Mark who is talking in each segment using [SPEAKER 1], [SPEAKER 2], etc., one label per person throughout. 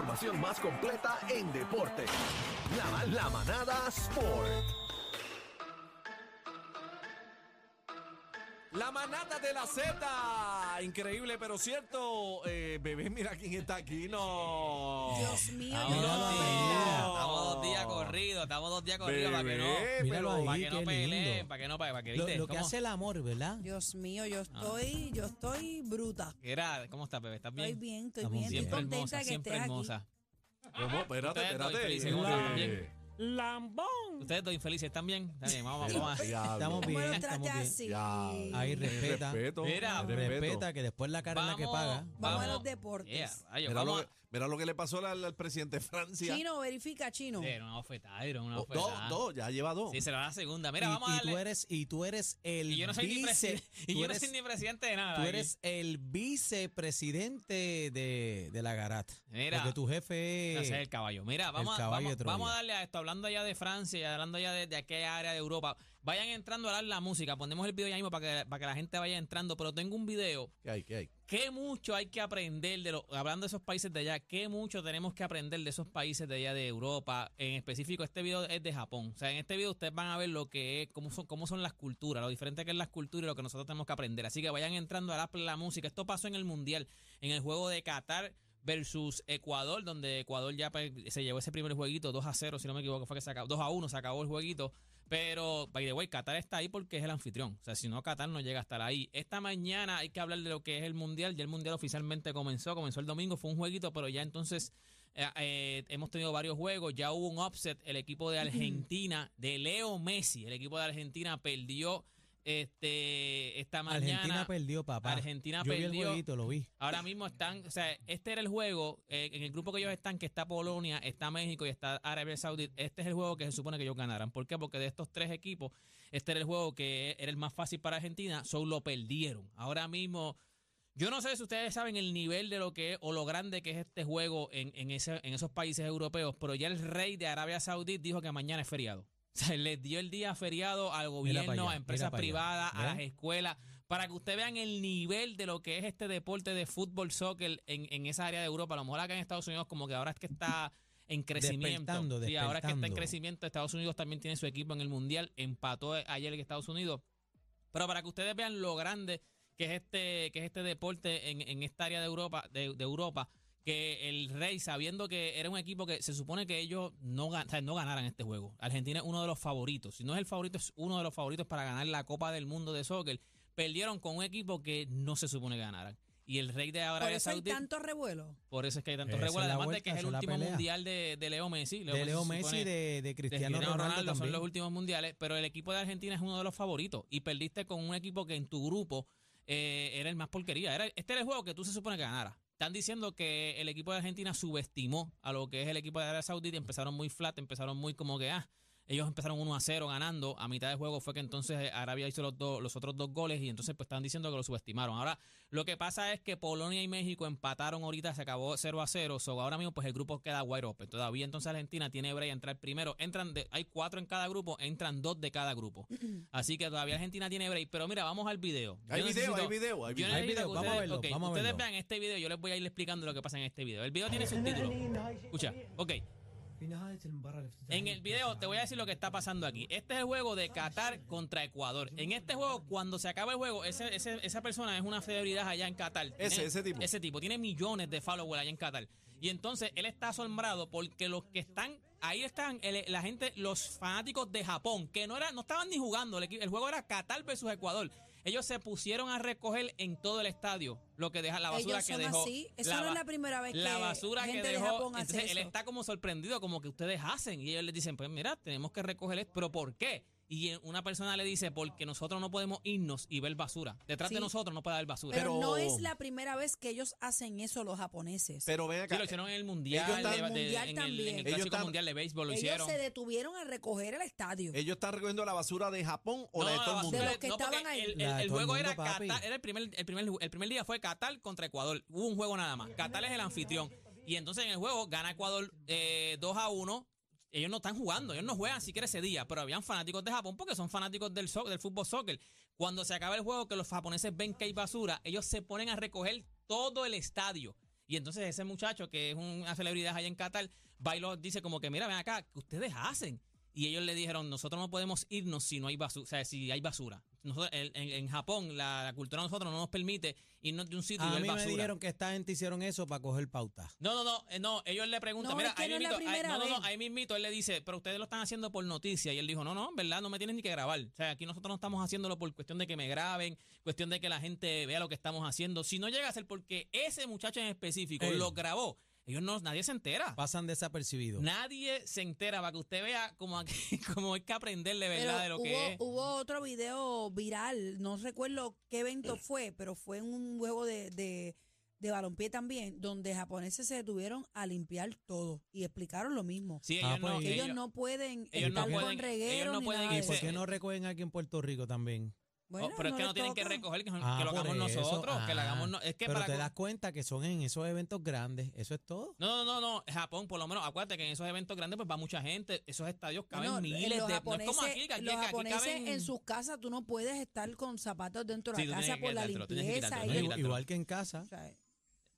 [SPEAKER 1] información más completa en deporte. La, la manada Sport.
[SPEAKER 2] La manada de la Z. Increíble, pero cierto. Eh, bebé, mira quién está aquí. No.
[SPEAKER 3] Dios mío,
[SPEAKER 4] Estamos
[SPEAKER 3] Dios
[SPEAKER 4] dos días,
[SPEAKER 3] mío.
[SPEAKER 4] estamos dos días corridos, estamos dos días corridos para que
[SPEAKER 2] Bebé,
[SPEAKER 4] no,
[SPEAKER 2] Míralo
[SPEAKER 4] para
[SPEAKER 2] ahí,
[SPEAKER 4] que no
[SPEAKER 5] qué
[SPEAKER 4] peleen,
[SPEAKER 5] lindo.
[SPEAKER 4] para que no peleen, para que
[SPEAKER 5] Lo,
[SPEAKER 4] viste.
[SPEAKER 5] lo que
[SPEAKER 4] ¿Cómo?
[SPEAKER 5] hace el amor, ¿verdad?
[SPEAKER 3] Dios mío,
[SPEAKER 4] Ah.
[SPEAKER 3] yo estoy, yo estoy bruta.
[SPEAKER 4] Era, ¿cómo estás, bebé? ¿Estás
[SPEAKER 3] Estoy
[SPEAKER 4] bien?
[SPEAKER 3] bien, estoy
[SPEAKER 5] Estamos
[SPEAKER 3] bien, estoy
[SPEAKER 5] bien.
[SPEAKER 4] Siempre
[SPEAKER 3] contenta
[SPEAKER 4] hermosa,
[SPEAKER 3] que
[SPEAKER 4] siempre
[SPEAKER 3] estés
[SPEAKER 4] hermosa.
[SPEAKER 2] ¿Cómo? Espérate,
[SPEAKER 4] Ustedes dos
[SPEAKER 2] espérate.
[SPEAKER 4] infelices, ¿cómo están?
[SPEAKER 2] Eh,
[SPEAKER 3] ¡Lambón!
[SPEAKER 4] Ustedes dos infelices, ¿están bien? Está bien, vamos, vamos. vamos.
[SPEAKER 2] diablo.
[SPEAKER 5] Estamos bien.
[SPEAKER 3] Bueno,
[SPEAKER 5] estamos
[SPEAKER 3] trate
[SPEAKER 5] bien.
[SPEAKER 3] así.
[SPEAKER 2] Diablo.
[SPEAKER 5] Ahí respeta.
[SPEAKER 2] Respeto.
[SPEAKER 4] Mira,
[SPEAKER 2] respeto.
[SPEAKER 5] Respeta que después la cara es la que paga.
[SPEAKER 3] Vamos a los deportes.
[SPEAKER 4] Yeah, rayos,
[SPEAKER 2] Mira, lo
[SPEAKER 4] vamos
[SPEAKER 2] que, mira lo que le pasó al, al presidente de Francia.
[SPEAKER 3] Chino, verifica, chino.
[SPEAKER 4] a- Era Eh, una bofetada, era una
[SPEAKER 2] Oh, dos,
[SPEAKER 4] bofetada.
[SPEAKER 2] dos, ya lleva dos.
[SPEAKER 4] Sí, se la da la segunda.
[SPEAKER 5] y,
[SPEAKER 4] Mira, vamos a
[SPEAKER 5] y tú
[SPEAKER 4] darle.
[SPEAKER 5] eres, y tú eres el
[SPEAKER 4] Y yo no soy ni
[SPEAKER 5] vice.
[SPEAKER 4] presidente. Y
[SPEAKER 5] tú
[SPEAKER 4] yo no
[SPEAKER 5] eres-
[SPEAKER 4] soy ni presidente de nada.
[SPEAKER 5] Tú
[SPEAKER 4] aquí.
[SPEAKER 5] eres el vicepresidente de, de la garata.
[SPEAKER 4] Mira.
[SPEAKER 5] Porque tu jefe
[SPEAKER 4] No
[SPEAKER 5] es.
[SPEAKER 4] sé, el caballo. Mira, vamos, a-
[SPEAKER 5] caballo
[SPEAKER 4] vamos,
[SPEAKER 5] de Troya.
[SPEAKER 4] vamos a darle a esto, hablando ya de Francia y hablando ya de, de aquella área de Europa. Vayan entrando a dar la música, ponemos el video ya mismo para que, para que la gente vaya entrando, pero tengo un video.
[SPEAKER 2] ¿Qué hay? ¿Qué hay?
[SPEAKER 4] Qué mucho hay que aprender de lo, hablando de esos países de allá, qué mucho tenemos que aprender de esos países de allá de Europa. En específico, este video es de Japón. O sea, en este video ustedes van a ver lo que es, cómo son, cómo son las culturas, lo diferente que es las culturas y lo que nosotros tenemos que aprender. Así que vayan entrando a la, la música. Esto pasó en el Mundial, en el juego de Qatar versus Ecuador, donde Ecuador ya pues, se llevó ese primer jueguito 2 a 0, si no me equivoco, fue que se acabó 2 a 1, se acabó el jueguito. Pero, by the way, Qatar está ahí porque es el anfitrión. O sea, si no, Qatar no llega a estar ahí. Esta mañana hay que hablar de lo que es el Mundial. Ya el Mundial oficialmente comenzó, comenzó el domingo, fue un jueguito, pero ya entonces eh, eh, hemos tenido varios juegos. Ya hubo un upset. El equipo de Argentina, de Leo Messi, el equipo de Argentina perdió este esta mañana.
[SPEAKER 5] Argentina perdió, papá.
[SPEAKER 4] Argentina
[SPEAKER 5] Yo vi
[SPEAKER 4] perdió.
[SPEAKER 5] el jueguito, lo vi.
[SPEAKER 4] Ahora mismo están, o sea, este era el juego, eh, en el grupo que ellos están, que está Polonia, está México y está Arabia Saudita, este es el juego que se supone que ellos ganaran. ¿Por qué? Porque de estos tres equipos, este era el juego que era el más fácil para Argentina, solo lo perdieron. Ahora mismo, yo no sé si ustedes saben el nivel de lo que es o lo grande que es este juego en, en, ese, en esos países europeos, pero ya el rey de Arabia Saudita dijo que mañana es feriado. O sea, les dio el día feriado al
[SPEAKER 5] Mira pa'
[SPEAKER 4] gobierno,
[SPEAKER 5] allá,
[SPEAKER 4] a
[SPEAKER 5] mira
[SPEAKER 4] empresas
[SPEAKER 5] pa' allá. ¿Eh?
[SPEAKER 4] privadas, a
[SPEAKER 5] ¿Ven?
[SPEAKER 4] las escuelas, para que ustedes vean el nivel de lo que es este deporte de fútbol, soccer en, en esa área de Europa. A lo mejor acá en Estados Unidos como que ahora es que está en crecimiento.
[SPEAKER 5] Despertando,
[SPEAKER 4] Sí, ahora es que está en
[SPEAKER 5] despertando.
[SPEAKER 4] crecimiento. Estados Unidos también tiene su equipo en el Mundial. Empató ayer en Estados Unidos. Pero para que ustedes vean lo grande que es este, que es este deporte en, en esta área de Europa, de, de Europa, que el Rey, sabiendo que era un equipo que se supone que ellos no, gan- o sea, no ganaran este juego. Argentina es uno de los favoritos. Si no es el favorito, es uno de los favoritos para ganar la Copa del Mundo de Soccer. Perdieron con un equipo que no se supone que ganaran. Y el rey de
[SPEAKER 3] Por
[SPEAKER 4] Arabia
[SPEAKER 3] eso hay
[SPEAKER 4] Saudita,
[SPEAKER 3] tanto revuelo.
[SPEAKER 4] por eso es que hay tantos
[SPEAKER 5] Esa es
[SPEAKER 4] revuelos.
[SPEAKER 5] la
[SPEAKER 4] Además de
[SPEAKER 5] vuelta,
[SPEAKER 4] que es el
[SPEAKER 5] esa es la
[SPEAKER 4] último
[SPEAKER 5] pelea.
[SPEAKER 4] mundial de, de Leo Messi.
[SPEAKER 5] De Leo
[SPEAKER 4] se
[SPEAKER 5] Messi,
[SPEAKER 4] supone-
[SPEAKER 5] de, de
[SPEAKER 4] de
[SPEAKER 5] Cristiano Ronaldo,
[SPEAKER 4] son
[SPEAKER 5] también.
[SPEAKER 4] los últimos mundiales, pero el equipo de Argentina es uno de los favoritos y perdiste con un equipo que en tu grupo eh, era el más porquería. Era, este era el juego que tú se supone que ganara. Están diciendo que el equipo de Argentina subestimó a lo que es el equipo de Arabia Saudita. Empezaron muy flat, empezaron muy como que, ah, ellos empezaron 1 a 0 ganando. A mitad de juego fue que entonces eh, Arabia hizo los, dos- los otros dos goles y entonces pues están diciendo que lo subestimaron. Ahora, lo que pasa es que Polonia y México empataron ahorita, se acabó 0 a 0. So, ahora mismo, pues el grupo queda wide open. Todavía entonces Argentina tiene break a entrar primero. Entran de- hay cuatro en cada grupo, entran dos de cada grupo. Así que todavía Argentina tiene break. Pero mira, vamos al video. Yo
[SPEAKER 2] Hay video,
[SPEAKER 4] necesito-
[SPEAKER 2] hay video, hay
[SPEAKER 4] yo
[SPEAKER 2] video.
[SPEAKER 5] Hay
[SPEAKER 4] necesito
[SPEAKER 5] video,
[SPEAKER 4] que
[SPEAKER 5] vamos a
[SPEAKER 4] ustedes,
[SPEAKER 5] verlo,
[SPEAKER 4] ok,
[SPEAKER 5] vamos a
[SPEAKER 4] ustedes
[SPEAKER 5] verlo.
[SPEAKER 4] vean este video, yo les voy a ir explicando lo que pasa en este video. El video tiene subtítulos. Escucha, ok. En el video te voy a decir lo que está pasando aquí. Este es el juego de Qatar contra Ecuador. En este juego, cuando se acaba el juego, ese- ese- esa persona es una celebridad allá en Qatar.
[SPEAKER 2] Ese-
[SPEAKER 4] Tiene-
[SPEAKER 2] ese tipo.
[SPEAKER 4] Ese tipo tiene millones de followers allá en Qatar. Y entonces él está asombrado porque los que están ahí están el- la gente, los fanáticos de Japón, que no era, no estaban ni jugando. El, equi- el juego era Qatar versus Ecuador. Ellos se pusieron a recoger en todo el estadio lo que deja la basura
[SPEAKER 3] Ellos
[SPEAKER 4] que
[SPEAKER 3] son
[SPEAKER 4] dejó.
[SPEAKER 3] así. Eso
[SPEAKER 4] la
[SPEAKER 3] no es
[SPEAKER 4] ba-
[SPEAKER 3] la primera vez
[SPEAKER 4] la
[SPEAKER 3] Pues que
[SPEAKER 4] basura
[SPEAKER 3] gente
[SPEAKER 4] que
[SPEAKER 3] de
[SPEAKER 4] dejó.
[SPEAKER 3] Japón hace
[SPEAKER 4] entonces él
[SPEAKER 3] eso.
[SPEAKER 4] está como sorprendido, como que ustedes hacen. Y ellos les dicen, pues mira, tenemos que recoger esto. ¿Pero por qué? Y eh, una persona le dice, porque nosotros no podemos irnos y ver basura. Detrás de
[SPEAKER 3] Sí.
[SPEAKER 4] nosotros no puede haber basura.
[SPEAKER 3] Pero,
[SPEAKER 2] Pero-
[SPEAKER 3] no es la primera vez que ellos hacen eso los japoneses.
[SPEAKER 2] Pero ven
[SPEAKER 4] Sí,
[SPEAKER 2] acá.
[SPEAKER 4] lo hicieron en el Mundial,
[SPEAKER 2] Ellos están-
[SPEAKER 4] de- de-
[SPEAKER 3] Mundial
[SPEAKER 4] en, el, en el
[SPEAKER 3] también.
[SPEAKER 4] Clásico
[SPEAKER 2] Ellos están-
[SPEAKER 4] Mundial de Béisbol lo
[SPEAKER 3] ellos
[SPEAKER 4] hicieron.
[SPEAKER 3] se detuvieron a recoger el estadio.
[SPEAKER 2] ¿Ellos están recogiendo la basura de Japón o
[SPEAKER 4] No,
[SPEAKER 2] la de
[SPEAKER 4] la
[SPEAKER 2] todo el mundo?
[SPEAKER 4] basura
[SPEAKER 3] De los que
[SPEAKER 4] no, porque
[SPEAKER 3] estaban ahí.
[SPEAKER 4] El, el-
[SPEAKER 5] La de
[SPEAKER 4] el
[SPEAKER 5] todo el
[SPEAKER 4] juego era
[SPEAKER 5] mundo, papi.
[SPEAKER 4] Qatar, era el primer, el, primer, el primer día fue Qatar contra Ecuador. Hubo un juego nada más. Qatar es el anfitrión. Y entonces en el juego gana Ecuador eh, 2 a 1. Ellos no están jugando, ellos no juegan siquiera ese día, pero habían fanáticos de Japón porque son fanáticos del, so- del fútbol soccer. Cuando se acaba el juego, que los japoneses ven que hay basura, ellos se ponen a recoger todo el estadio. Y entonces ese muchacho, que es una celebridad allá en Qatar, va y los dice como que, mira, ven acá, ¿qué ustedes hacen? Y ellos le dijeron, nosotros no podemos irnos si no hay basura, o sea, si hay basura. Nosotros, en, en- en Japón, la, la cultura de nosotros no nos permite irnos de un sitio y
[SPEAKER 5] A
[SPEAKER 4] ver
[SPEAKER 5] mí me
[SPEAKER 4] basura.
[SPEAKER 5] dijeron que esta gente hicieron eso para coger pauta.
[SPEAKER 4] No, no, no, eh, no, ellos le preguntan,
[SPEAKER 3] No,
[SPEAKER 4] mira,
[SPEAKER 3] es que
[SPEAKER 4] ahí
[SPEAKER 3] no es la
[SPEAKER 4] mismito, ahí,
[SPEAKER 3] primera
[SPEAKER 4] no, no, no,
[SPEAKER 3] vez.
[SPEAKER 4] ahí mismito él le dice, pero ustedes lo están haciendo por noticia. Y él dijo, no, no, en verdad, no me tienen ni que grabar. O sea, aquí nosotros no estamos haciéndolo por cuestión de que me graben, cuestión de que la gente vea lo que estamos haciendo. Si no llega a ser porque ese muchacho en específico
[SPEAKER 5] Él.
[SPEAKER 4] lo grabó, ellos no, nadie se entera.
[SPEAKER 5] Pasan desapercibidos.
[SPEAKER 4] Nadie se entera para que usted vea como, aquí- como hay que aprenderle, ¿verdad? de lo
[SPEAKER 3] hubo,
[SPEAKER 4] que es.
[SPEAKER 3] hubo otro video viral, no recuerdo qué evento fue, pero fue en un juego de, de, de balompié también, donde japoneses se detuvieron a limpiar todo y explicaron lo mismo.
[SPEAKER 4] Sí,
[SPEAKER 5] Ah,
[SPEAKER 4] ellos no,
[SPEAKER 5] pues,
[SPEAKER 3] Que
[SPEAKER 4] ellos-
[SPEAKER 3] ellos no pueden
[SPEAKER 4] ellos
[SPEAKER 5] no
[SPEAKER 3] estar
[SPEAKER 4] pueden-
[SPEAKER 3] con reguero
[SPEAKER 4] ellos no
[SPEAKER 3] ni
[SPEAKER 4] pueden
[SPEAKER 3] nada
[SPEAKER 5] ¿Y
[SPEAKER 3] de
[SPEAKER 4] irse-
[SPEAKER 5] por
[SPEAKER 3] eso.
[SPEAKER 5] qué no recogen aquí en Puerto Rico también?
[SPEAKER 4] Oh,
[SPEAKER 3] Bueno,
[SPEAKER 4] pero es que no
[SPEAKER 3] les
[SPEAKER 4] tienen que
[SPEAKER 3] toca.
[SPEAKER 4] recoger, que,
[SPEAKER 5] Ah,
[SPEAKER 4] que lo
[SPEAKER 5] por
[SPEAKER 4] hagamos
[SPEAKER 5] eso.
[SPEAKER 4] nosotros, que lo
[SPEAKER 5] Ah.
[SPEAKER 4] hagamos no- Es que
[SPEAKER 5] Pero
[SPEAKER 4] para
[SPEAKER 5] te
[SPEAKER 4] co-
[SPEAKER 5] das cuenta que son en esos eventos grandes. Eso es todo.
[SPEAKER 4] No, no, no, no, Japón, por lo menos, acuérdate que en esos eventos grandes pues va mucha gente, esos estadios caben
[SPEAKER 3] Bueno,
[SPEAKER 4] miles de,
[SPEAKER 3] los
[SPEAKER 4] no es como
[SPEAKER 3] japoneses-
[SPEAKER 4] aquí, que aquí,
[SPEAKER 3] los
[SPEAKER 4] que aquí
[SPEAKER 3] japoneses
[SPEAKER 4] caben
[SPEAKER 3] en sus casas tú no puedes estar con zapatos dentro de
[SPEAKER 4] Sí,
[SPEAKER 3] la
[SPEAKER 4] tú tienes
[SPEAKER 3] casa
[SPEAKER 4] que
[SPEAKER 3] por la
[SPEAKER 4] quitártelo, tienes que
[SPEAKER 3] limpieza.
[SPEAKER 4] quitártelo,
[SPEAKER 3] ellos-
[SPEAKER 4] tienes
[SPEAKER 5] Igual,
[SPEAKER 4] Llévatelo.
[SPEAKER 5] que en casa.
[SPEAKER 3] o sea,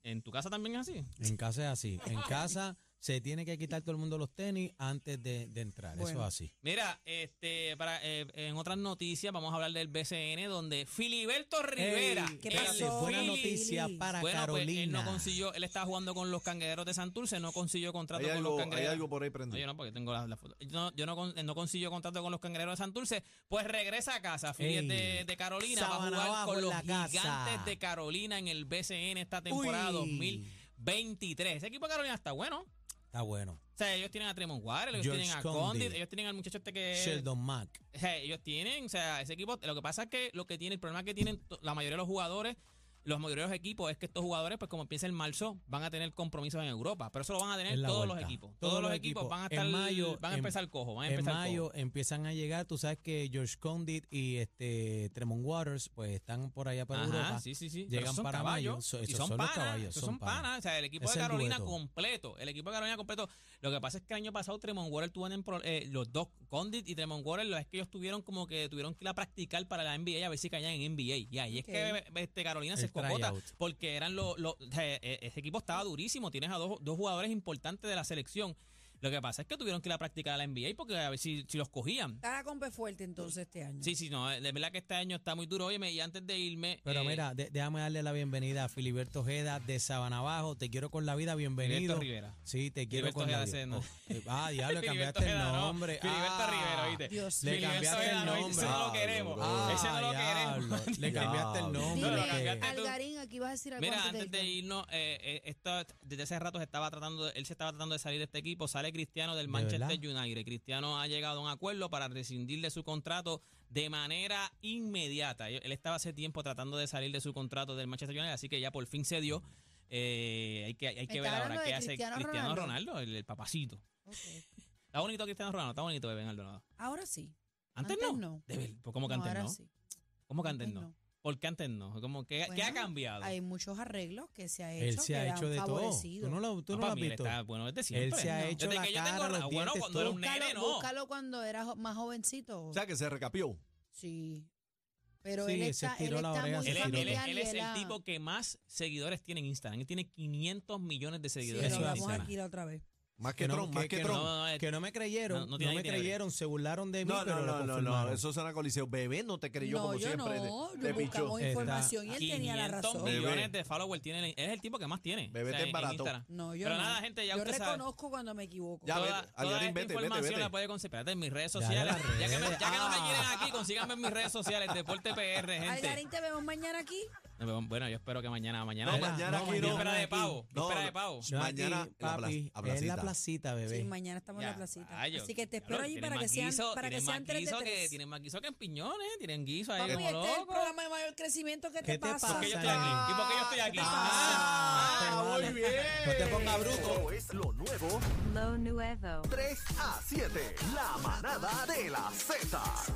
[SPEAKER 4] en tu casa también es así.
[SPEAKER 5] En casa es así. En casa se tiene que quitar todo el mundo los tenis antes de, de entrar. Eso
[SPEAKER 3] Bueno.
[SPEAKER 5] es así.
[SPEAKER 4] Mira, este para eh, en otras noticias vamos a hablar del BCN donde Filiberto Rivera,
[SPEAKER 5] Ey,
[SPEAKER 3] ¿Qué
[SPEAKER 4] el
[SPEAKER 3] pasó?
[SPEAKER 5] Buena
[SPEAKER 4] Fili-
[SPEAKER 5] noticia
[SPEAKER 3] Fili.
[SPEAKER 5] para
[SPEAKER 4] Bueno, pues,
[SPEAKER 5] Carolina.
[SPEAKER 4] él no consiguió, él estaba jugando con los cangueros de Santurce, no consiguió contrato
[SPEAKER 1] Hay
[SPEAKER 4] con
[SPEAKER 1] algo,
[SPEAKER 4] los
[SPEAKER 1] hay
[SPEAKER 4] cangueros.
[SPEAKER 1] algo por ahí
[SPEAKER 4] No, yo
[SPEAKER 1] prendido.
[SPEAKER 4] no, porque tengo la, la foto. Yo no, yo no, con- no consiguió contrato con los cangrejeros de Santurce. Pues regresa a casa, Phillies
[SPEAKER 5] Ey,
[SPEAKER 4] de, de Carolina. Va a
[SPEAKER 5] sábana
[SPEAKER 4] jugar
[SPEAKER 5] abajo
[SPEAKER 4] con
[SPEAKER 5] en
[SPEAKER 4] los
[SPEAKER 5] la casa.
[SPEAKER 4] gigantes de Carolina en el BCN esta temporada 2023. Ese equipo de Carolina está bueno. O
[SPEAKER 5] Está bueno.
[SPEAKER 4] sea, ellos tienen a Tremont Waters, ellos
[SPEAKER 5] George
[SPEAKER 4] tienen a
[SPEAKER 5] Condit.
[SPEAKER 4] Condit, ellos tienen al muchacho este que...
[SPEAKER 5] Sheldon Mack.
[SPEAKER 4] O sea, ellos tienen, o sea, ese equipo, lo que pasa es que lo que tiene, el problema que tienen to- la mayoría de los jugadores, los mayoría de los equipos, es que estos jugadores, pues como empieza en marzo, van a tener compromisos en Europa. Pero eso lo van a tener
[SPEAKER 5] Es la
[SPEAKER 4] todos
[SPEAKER 5] vuelta.
[SPEAKER 4] los equipos. Todos, los equipos, van a
[SPEAKER 5] En
[SPEAKER 4] estar
[SPEAKER 5] mayo,
[SPEAKER 4] van a
[SPEAKER 5] en-
[SPEAKER 4] empezar cojo, van a
[SPEAKER 5] En
[SPEAKER 4] empezar cojo.
[SPEAKER 5] mayo empiezan a llegar. Tú sabes que George Condit y este Tremont Waters pues están por allá para
[SPEAKER 4] Ajá,
[SPEAKER 5] Europa.
[SPEAKER 4] sí, sí, sí.
[SPEAKER 5] Llegan
[SPEAKER 4] Pero esos son
[SPEAKER 5] para
[SPEAKER 4] caballos,
[SPEAKER 5] mayo, so-
[SPEAKER 4] y
[SPEAKER 5] esos
[SPEAKER 4] son,
[SPEAKER 5] son los
[SPEAKER 4] panas,
[SPEAKER 5] caballos,
[SPEAKER 4] esos
[SPEAKER 5] son
[SPEAKER 4] son panas.
[SPEAKER 5] panas.
[SPEAKER 4] O sea, el equipo
[SPEAKER 5] Es
[SPEAKER 4] de
[SPEAKER 5] el
[SPEAKER 4] Carolina
[SPEAKER 5] dueto.
[SPEAKER 4] completo. El equipo de Carolina completo. Lo que pasa es que el año pasado Tremont Water tuvo en pro- eh, los dos, Condit y Tremont Water, los es que ellos tuvieron como que tuvieron que ir a practicar para la NBA a ver si caían en NBA. Y ahí es que este, Carolina se
[SPEAKER 5] El
[SPEAKER 4] escocota
[SPEAKER 5] tryout.
[SPEAKER 4] porque eran los, los- o sea, eh, ese equipo estaba durísimo. Tienes a dos, dos jugadores importantes de la selección. Lo que pasa es que tuvieron que ir a practicar a la NBA porque a ver si, si los cogían.
[SPEAKER 3] Está la compe fuerte entonces este año.
[SPEAKER 4] Sí, sí, no, eh, de verdad que este año está muy duro. Óyeme, y antes de irme.
[SPEAKER 5] Pero
[SPEAKER 4] eh,
[SPEAKER 5] mira, de- déjame darle la bienvenida a Filiberto Ojeda de Sabana Abajo. Te quiero con la vida, bienvenido.
[SPEAKER 4] Filiberto Rivera.
[SPEAKER 5] Sí, te quiero
[SPEAKER 4] Filiberto
[SPEAKER 5] con la
[SPEAKER 4] Ojeda
[SPEAKER 5] vida.
[SPEAKER 4] se- no.
[SPEAKER 5] Oh, eh, ah, diablo,
[SPEAKER 4] Filiberto
[SPEAKER 5] cambiaste el
[SPEAKER 4] Ojeda, no.
[SPEAKER 5] nombre.
[SPEAKER 4] Filiberto
[SPEAKER 5] Ah,
[SPEAKER 4] Rivera, ¿oíste?
[SPEAKER 3] Dios
[SPEAKER 5] Le
[SPEAKER 3] mío.
[SPEAKER 4] Filiberto
[SPEAKER 5] cambiaste
[SPEAKER 4] Ojeda,
[SPEAKER 5] el
[SPEAKER 4] no,
[SPEAKER 5] nombre.
[SPEAKER 4] Ese no lo
[SPEAKER 1] Ah,
[SPEAKER 4] queremos.
[SPEAKER 1] bro.
[SPEAKER 4] ese no lo queremos.
[SPEAKER 5] diablo, Le cambiaste el
[SPEAKER 1] Diablo.
[SPEAKER 5] nombre.
[SPEAKER 4] No, lo
[SPEAKER 3] Dile,
[SPEAKER 4] cambiaste tú.
[SPEAKER 3] Algarín, aquí vas a decir algo
[SPEAKER 4] Mira,
[SPEAKER 3] de
[SPEAKER 4] antes de
[SPEAKER 3] irte.
[SPEAKER 4] irnos, eh, eh, esto- desde hace rato se estaba tratando, de- él se estaba tratando de salir de este equipo. Sale Cristiano del
[SPEAKER 5] ¿De
[SPEAKER 4] Manchester
[SPEAKER 5] verdad?
[SPEAKER 4] United. Cristiano ha llegado a un acuerdo para rescindir de su contrato de manera inmediata. Él él estaba hace tiempo tratando de salir de su contrato del Manchester United, así que ya por fin se dio. Eh, hay que, hay que
[SPEAKER 3] Está
[SPEAKER 4] ver ahora
[SPEAKER 3] hablando
[SPEAKER 4] qué
[SPEAKER 3] de
[SPEAKER 4] hace Cristiano,
[SPEAKER 3] Cristiano
[SPEAKER 4] Ronaldo,
[SPEAKER 3] Ronaldo,
[SPEAKER 4] el, el papacito.
[SPEAKER 3] Ok.
[SPEAKER 4] Está bonito Cristiano Ronaldo, está bonito bebé Maldonado.
[SPEAKER 3] Ahora sí. Antes
[SPEAKER 4] Antes, no.
[SPEAKER 3] no.
[SPEAKER 4] De ver- pues, ¿Cómo que
[SPEAKER 3] No,
[SPEAKER 4] antes
[SPEAKER 3] ahora
[SPEAKER 4] no?
[SPEAKER 3] sí.
[SPEAKER 4] ¿Cómo que antes,
[SPEAKER 3] Antes
[SPEAKER 4] no?
[SPEAKER 3] no.
[SPEAKER 4] ¿Por qué antes no? ¿Cómo que, ¿Qué ha
[SPEAKER 3] Bueno,
[SPEAKER 4] cambiado?
[SPEAKER 3] Hay muchos arreglos que se ha hecho.
[SPEAKER 5] Él se
[SPEAKER 3] que
[SPEAKER 5] ha
[SPEAKER 3] han
[SPEAKER 5] hecho de todo.
[SPEAKER 3] favorecido.
[SPEAKER 5] Tú no lo, tú no
[SPEAKER 4] Papá,
[SPEAKER 5] lo has
[SPEAKER 4] mira,
[SPEAKER 5] visto.
[SPEAKER 4] está bueno desde siempre.
[SPEAKER 5] Él se ha
[SPEAKER 3] No.
[SPEAKER 5] hecho
[SPEAKER 4] Desde
[SPEAKER 5] la
[SPEAKER 4] que yo tengo
[SPEAKER 5] cara,
[SPEAKER 4] ra-
[SPEAKER 5] los
[SPEAKER 4] bueno,
[SPEAKER 5] dientes,
[SPEAKER 4] cuando era
[SPEAKER 5] todo.
[SPEAKER 4] un nene,
[SPEAKER 3] Búscalo,
[SPEAKER 4] no.
[SPEAKER 3] búscalo cuando era jo- más jovencito.
[SPEAKER 1] O sea, que se recapió.
[SPEAKER 3] sí. Pero
[SPEAKER 5] Sí,
[SPEAKER 3] él
[SPEAKER 5] se
[SPEAKER 3] está, él
[SPEAKER 5] estiró la
[SPEAKER 3] está
[SPEAKER 5] oreja,
[SPEAKER 3] muy
[SPEAKER 5] se
[SPEAKER 4] Él, es-
[SPEAKER 5] estiró.
[SPEAKER 4] él es-
[SPEAKER 3] familiar
[SPEAKER 4] él
[SPEAKER 3] y
[SPEAKER 4] es
[SPEAKER 3] él
[SPEAKER 4] el
[SPEAKER 3] ha-
[SPEAKER 4] tipo que más seguidores tiene en Instagram. Él tiene 500 millones de
[SPEAKER 3] Sí,
[SPEAKER 4] seguidores
[SPEAKER 3] lo
[SPEAKER 5] Eso es
[SPEAKER 4] en
[SPEAKER 3] hablamos
[SPEAKER 4] Instagram.
[SPEAKER 3] aquí la otra vez.
[SPEAKER 1] Más que,
[SPEAKER 5] no,
[SPEAKER 1] Trump, más que,
[SPEAKER 5] que no.
[SPEAKER 1] Trump.
[SPEAKER 4] No, no, es-
[SPEAKER 5] Que no me creyeron,
[SPEAKER 4] No,
[SPEAKER 5] no,
[SPEAKER 4] no tiene
[SPEAKER 5] me
[SPEAKER 4] dinero.
[SPEAKER 5] creyeron, se burlaron de mí,
[SPEAKER 1] No,
[SPEAKER 5] pero
[SPEAKER 1] no,
[SPEAKER 5] lo
[SPEAKER 1] no, no,
[SPEAKER 5] confirmaron.
[SPEAKER 1] no, eso suena coliseo. Bebé no te creyó
[SPEAKER 3] No,
[SPEAKER 1] como
[SPEAKER 3] yo
[SPEAKER 1] siempre.
[SPEAKER 3] no.
[SPEAKER 1] te,
[SPEAKER 3] Yo buscamos
[SPEAKER 5] Está-
[SPEAKER 3] información y él tenía la
[SPEAKER 4] 500
[SPEAKER 3] razón.
[SPEAKER 1] Bebé.
[SPEAKER 4] millones de followers tiene. él es el tipo que más tiene.
[SPEAKER 1] Bebé, te
[SPEAKER 4] en
[SPEAKER 1] barato.
[SPEAKER 4] Instagram.
[SPEAKER 3] No, yo
[SPEAKER 4] Pero
[SPEAKER 3] no.
[SPEAKER 4] nada, gente, ya
[SPEAKER 3] yo
[SPEAKER 4] usted sabe.
[SPEAKER 3] reconozco cuando me equivoco.
[SPEAKER 1] Ya,
[SPEAKER 4] toda,
[SPEAKER 1] vete,
[SPEAKER 4] toda
[SPEAKER 1] Algarín,
[SPEAKER 4] esta
[SPEAKER 1] vete, vete,
[SPEAKER 4] información
[SPEAKER 1] vete.
[SPEAKER 4] la puede conseguir. Espérate, en mis redes
[SPEAKER 5] Dale
[SPEAKER 4] sociales.
[SPEAKER 5] las
[SPEAKER 4] Ya, que, me, ya que no me
[SPEAKER 5] redes. Ah.
[SPEAKER 4] quieren aquí, consíganme en mis redes sociales, Deporte PR, gente.
[SPEAKER 3] Algarín, te vemos mañana aquí.
[SPEAKER 4] Nos vemos. Bueno, yo espero que mañana, mañana.
[SPEAKER 1] No,
[SPEAKER 4] ¿verdad?
[SPEAKER 1] mañana
[SPEAKER 5] no,
[SPEAKER 1] aquí no.
[SPEAKER 5] mañana
[SPEAKER 4] Víspera de
[SPEAKER 5] aquí.
[SPEAKER 4] pavo,
[SPEAKER 1] No,
[SPEAKER 4] víspera
[SPEAKER 1] no.
[SPEAKER 4] de pavo.
[SPEAKER 5] No, aquí,
[SPEAKER 1] Mañana en la
[SPEAKER 5] papi,
[SPEAKER 1] plaza- a
[SPEAKER 5] es la
[SPEAKER 1] placita.
[SPEAKER 5] placita, bebé.
[SPEAKER 3] Sí, mañana estamos en
[SPEAKER 4] Ya,
[SPEAKER 3] la placita.
[SPEAKER 4] ay, yo-
[SPEAKER 3] Así que te espero
[SPEAKER 4] claro,
[SPEAKER 3] allí
[SPEAKER 4] tienen
[SPEAKER 3] para que
[SPEAKER 4] más
[SPEAKER 3] sean,
[SPEAKER 4] guiso,
[SPEAKER 3] para que
[SPEAKER 4] tienen
[SPEAKER 3] sean
[SPEAKER 4] más
[SPEAKER 3] 3 de
[SPEAKER 4] guiso que-
[SPEAKER 3] 3.
[SPEAKER 4] Tienen más guiso que en piñones, tienen guiso ahí
[SPEAKER 3] Papi,
[SPEAKER 4] como
[SPEAKER 3] este es el
[SPEAKER 4] locos.
[SPEAKER 3] programa de mayor crecimiento que
[SPEAKER 5] ¿Qué
[SPEAKER 3] te
[SPEAKER 5] te
[SPEAKER 3] pasa.
[SPEAKER 5] pasa?
[SPEAKER 4] ¿Por qué yo
[SPEAKER 5] Ah,
[SPEAKER 4] estoy aquí? ¿Y por qué yo estoy aquí?
[SPEAKER 5] Ah,
[SPEAKER 4] Ah,
[SPEAKER 5] te vale. No te pongas bruto.
[SPEAKER 1] Esto es lo nuevo
[SPEAKER 6] Lo nuevo.
[SPEAKER 1] 3 a 7. La manada de la Z.